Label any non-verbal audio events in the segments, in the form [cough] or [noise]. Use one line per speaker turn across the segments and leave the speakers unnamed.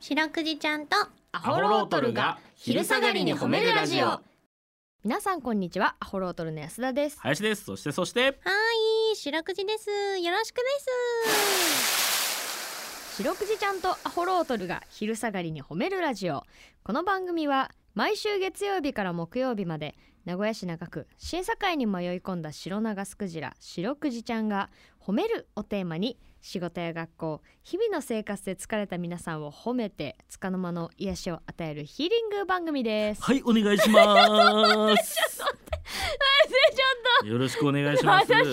白くじちゃんと
ア
ホロートルが昼下がりに褒めるラジオ
皆さんこんにちはアホロートルの安田です
林ですそしてそして
はい白くじですよろしくです
白くじちゃんとアホロートルが昼下がりに褒めるラジオこの番組は毎週月曜日から木曜日まで名古屋市中区審査会に迷い込んだ白長スクジラ白くじちゃんが褒めるをテーマに仕事や学校日々の生活で疲れた皆さんを褒めて束の間の癒しを与えるヒーリング番組です
はいお願いします
ちょっと
よろしくお願いします
私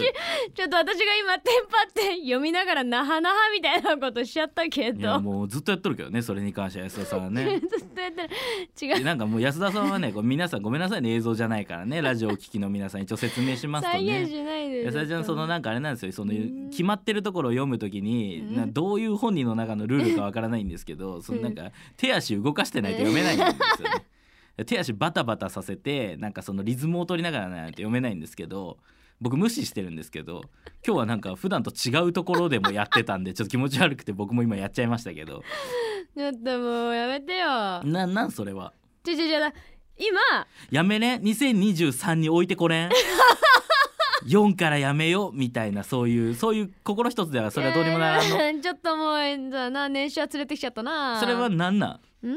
ちょっと私が今テンパって読みながらなはなはみたいなことしちゃったけ
い
ど
やもうずっとやっとるけどねそれに関しては安田さんは [laughs] ね
[laughs] ずっとやってる違
で
う
なんかもう安田さんはねこう皆さんごめんなさいね映像じゃないからねラジオを聞きの皆さん一応説明します [laughs] と
再現
ね
しないで
安田ちゃんそのなんかあれなんですよその
うん
決まってるところを読むとき
うん
になどういう本人の中のルールかわからないんですけ
[laughs]
どそのなんか手足動かしてないと読めないんですよね [laughs] 手足バタバタさせてなんかそのリズムを取りながらなんて読めないんですけど僕無視してるんですけど今日はなんか普段と違うところでもやってたんでちょっと気持ち悪くて僕も今やっちゃいましたけど
ちょっともうやめてよ
ななんそれは
ちょちょちょ今
やめね2023に置いてこ
[laughs]
れん4からやめよみたいなそういうそういう心一つではそれはどうにもならんの
いやちょっともうだな年始は連れてきちゃったな
それはなんなん
だ今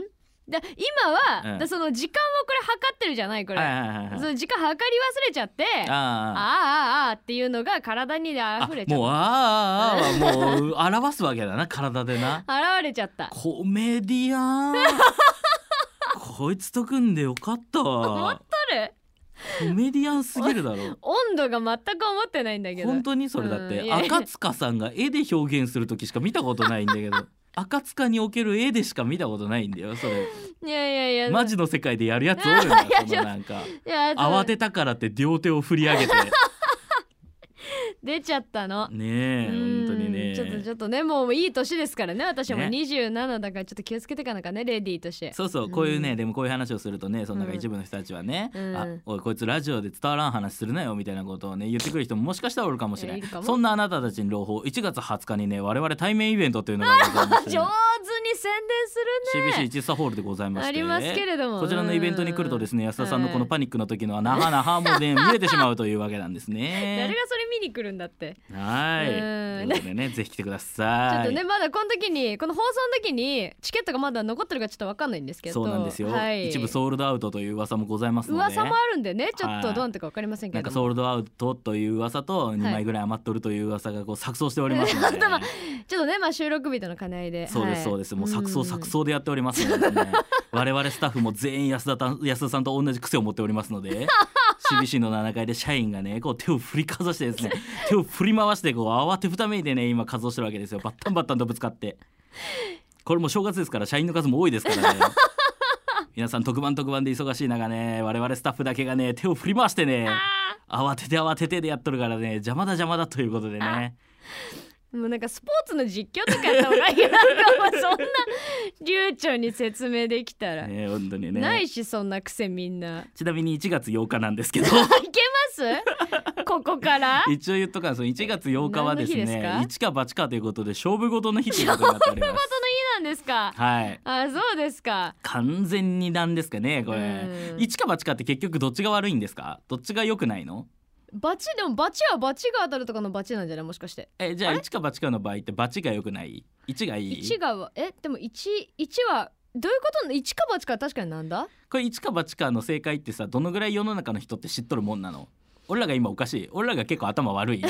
は、
うん
だその時間をこれ測ってるじゃないこれ、
はいはいはいはい
その時間測り忘れちゃって
あ
あああああっていうのが体にで
ああ
溢れちゃ
もう
っ
ああああはもう表すわけだな体でな
た現れちゃった
コメディアンこいつと組んでよかったわ
取る
コメディアンすぎるだろ
温度が全く思ってないんだけど
本当にそれだって、
うんいやいや
赤塚さんが絵で表現する時しか見たことないんだけど赤塚における絵でしか見たことないんだよそれ
いやいやいや
マジの世界でやるやつおるんだよそのなんか
いやそう
慌てたからって両手を振り上げて
出ちゃったの
ねえ
うん
本当にね
ちょっとちょっとねもういい年ですからね私はもう
ね
27だからちょっと気をつけてかなかねレディーとして
そうそうこういうね、
うん
でもこういう話をするとねそのなん
う
か
ん
一部の人たちはね、
うん
あおいこいつラジオで伝わらん話するなよみたいなことをね言ってくる人ももしかしたらおるかもしれ
い
ん
やいるかも
そんなあなたたちに朗報1月20日にね我々対面イベントというのがございま
上手 [laughs]
して
に宣
ね、
伝す
CBC チッサホールでございま
る
し
ね
て
ありますけれども
こちらのイベントに来るとですね安田さんのこの
パ
パニックの時のなはなはもね見えてしまうというわけなんです
誰
ね
[laughs] がそれ見に来るんだって
は
う
い
ん
ということでねぜひ来てくだ
ちょ
さ
っ
い
とねまだこの時にこの放送の時にチケットがまだ残ってるかちょっとわかんないんですけど
そうなんですよ、
はい、
一部ソールドアウトという噂もございますので
噂もあるんでねちょっ
は
と
い
どうなってかわかりません
な
け
んか
ど
ソ
も
ールドアウトという噂と2枚ぐらい余っとるという噂がこう錯綜しておりますので、
[laughs] ちょっとまあちょっとねまあ収録日との兼ね合いで
そうですそうです、もう錯綜錯
綜
綜でやっておりますの
[laughs]
で、ね、我々スタッフも全員安田た安田さんと同じ癖を持っておりますの
[laughs]
で CBC の7階で社員がねこう手を振りかざしてです
[laughs]
ね手を振り回してこう慌てふためいてね今活動してるわけですよバッタンバッタンとぶつかってこれも正月ですから社員の数も多いですから
[laughs]
ね皆さん特番特番で忙しい中ね我々スタッフだけがね手を振り回してね慌てて慌ててでやっとるからね邪魔だ邪魔だということでね
もうなんかスポーツの実況とかやった方がいいよなんかもうそんな流暢に説明できたら、
ね本当にね
ないしそんな癖みんな
ちなみに1月8日なんですけど
いけますここから
一応言っとかんその1月8日はですね
何の日ですか
一か八かということで勝負事の日ということになっております
そうなんですか [laughs]
はい
あそうですか
完全になんですかねこれ
うん
一か八かって結局どっちが悪いんですかどっちが良くないの
バチでもバチはバチが当たるとかのバチなんじゃないもしかして
えじゃあ一か八かの場合ってチが良くない一がいい
1がえでも11はどういうこと1かバチか確かになんだ
これ一か八かの正解ってさどのぐらい世の中の人って知っとるもんなの俺らが今おかしい俺らが結構頭悪い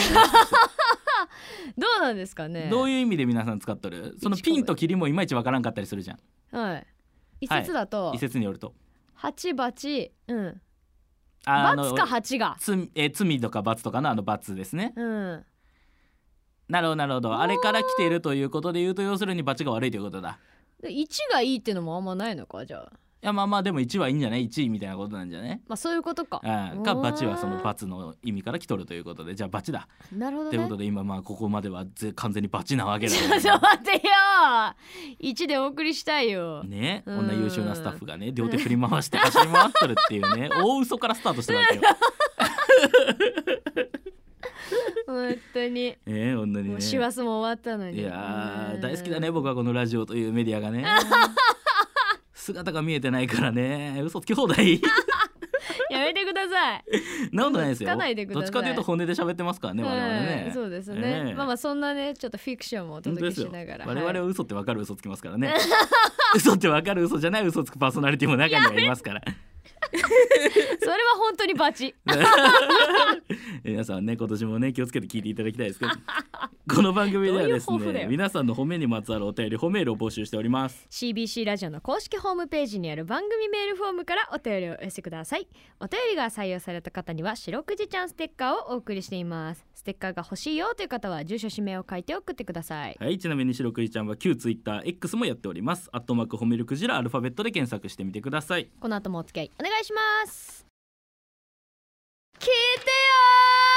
どうなんですかね
どう
い
いう意味で皆さん使っとるその
一か八
ピンとキリもいまいちわからんかったりするじゃん
う、はい、一説だと、
一説によると
八バチうん
あ
バ
あの
ツか八が
罪えー罪とか罰とかのあの罰ですね
うん
なるほどなるほどあれから来ているということで言うと要するにバチが悪いということだ
で一がいいっていうのもあんまないのかじゃあ
いやまあまあでも1はいいんじゃない1位みたいなことなんじゃね
まあそういうことか
うんかバチはその罰の意味から来とるということでじゃあバチだ
なるほど
というこ
ね
とで今まあここまではぜ完全にバチなわけだ
[laughs] ちょっと待ってよ一でお送りしたいよ
ね
うん
こんな優秀なスタッフがね両手振り回して走り回っと
[laughs]
るっていうね大嘘からスタートしてるわけよ
本当に、
ええ本当に
もう
ね
師走も終わったのに
いや
う
ー
ん
大好きだね僕はこのラジオというメディアが
[laughs]
ね姿が見えてないからね嘘つき放題
やめてください
なことないですよ
嘘つかないでください
どっちかというと本音 [laughs] で喋ってますからね我々
は
ね
い、そうですね、
ええ
まあまあそんなねちょっとフィクションもお
本当
届
で
け
す
し
よ
ながら
我々は
は
嘘ってわかる嘘つきますからね [laughs] 嘘ってわかる嘘じゃない嘘つくパーソナリティも中にはいますから
いそれは本当にバチ
皆さんね今年もね気をつけて聞いていただきたいですけど [laughs] この番組ではです
どういう抱負だ
ね
よ
皆さんの褒めにまつわるお便り褒めールを募集しております
CBC ラジオの公式ホームページにある番組メールフォームからお便りをお寄せくださいお便りが採用された方には白くじちゃんステッカーをお送りしていますステッカーが欲しいよという方は住所氏名を書いて送ってください
はいちなみに白くじちゃんは旧 TwitterX もやっておりますアットマーク褒めるクジラアルファベットで検索してみてください
この後もお付き合いお願いします聞いてよ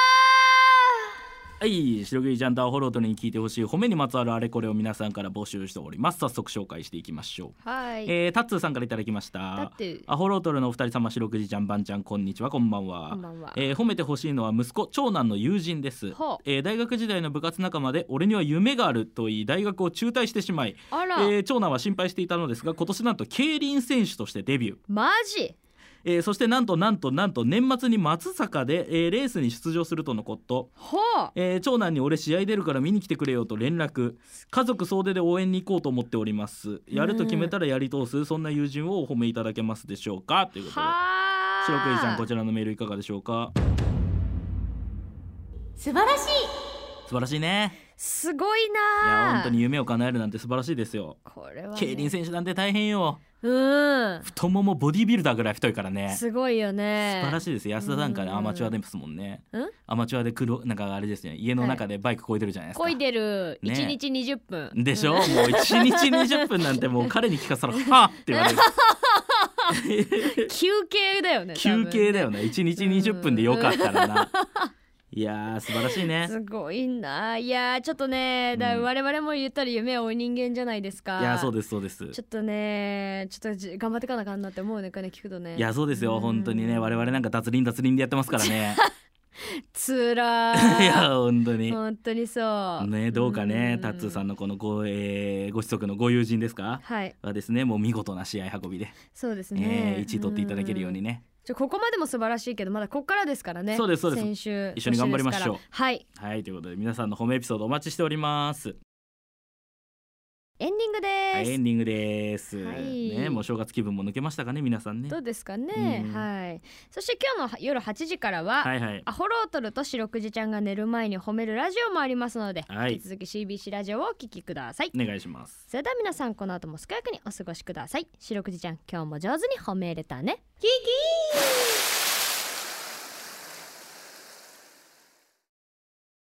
はい白くじちゃんとアホロートに聞いてほしい褒めにまつわるあれこれを皆さんから募集しております早速紹介していきましょ
ーは
う、
い、
えー、タッツーさんからいただきまし
だ
た
って
アホロートルのお二人様白くじちゃんばんちゃんこんにちはこんばんは
こんばんは、
えー褒めてほしいのは息子長男の友人です
ほう、
えー大学時代の部活仲間で俺には夢があると言い大学を中退してしまい、
あ
え
ら、
ー長男は心配していたのですが今年なんと競輪選手としてデビュー、
マジ
えーそしてなんとなんとなんと年末に松坂で、えーレースに出場するとのこと、
ほう
えー長男に俺試合出るから見に来てくれよと連絡家族総出で応援に行こうと思っておりますやると決めたらやり通すそんな友人をお褒めいただけますでしょうかということで
は
白くじちゃんこ
ち
ちらのメールいかがでしょうか
素晴らしい
素晴らしいね
すごい
い
な
や
あ
本当に夢を叶えるなんて素晴らしいですよ。
これは、ね、
競輪選手なんて大変よ。
うん
太ももボディビルダーぐらい太いからね。素
すごいよね
晴らしいです。安田なんかね
うん
アマチュアですもんね
うん。
アマチュアで黒なんかあれですね。家の中でバイクこいでるじゃないですか。
漕いでる
ね
一日20分、
でしょ。もう一日二十分なんてもう彼に聞かせたらはあって言われる。
[laughs] 休憩だよね多
休
分ね
憩だよね。一日二十分でよかったら
[laughs]
な。いやー素晴らしいね。
すごいないやーちょっとねだ
うん
我々も言ったら夢を追う人間じゃないですか
いやーそう
で
ですそうです。
ちょっとねちょっとじ頑張ってかなあかんなって思うねこれ聞くとね
いやそうですよ本当にね我々なんか脱輪脱輪でやってますから
[laughs]
ね。
つら
[laughs] い
ー
や本当に。
本当にそう
ねどうかねタッツーさん
ん
のこのご,、えーご子息のご友人ですか
はい
はですねもう見事な試合運びで、
そうですね、
えー1位取っていただけるように
ね
ね
ちょここまでも素晴らしいけどまだここからですからね
そうですそうです
先週
一緒に頑張りましょう
はい
はいということで皆さんの褒めエピソードお待ちしております
エンディング
はい
です、
エンディングです、
はい
ねもう正月気分も抜けましたかね皆さんね
どうですかね、
うん
はいそして今日の夜8時からは、
はいはい
アホロートルと白くじちゃんが寝る前に褒めるラジオもありますので、
はい
引き続き CBC ラジオをお聞きください
お願いします
それでは皆さんこの後も健やかにお過ごしください白くじちゃん今日も上手に褒め入れたね
キキ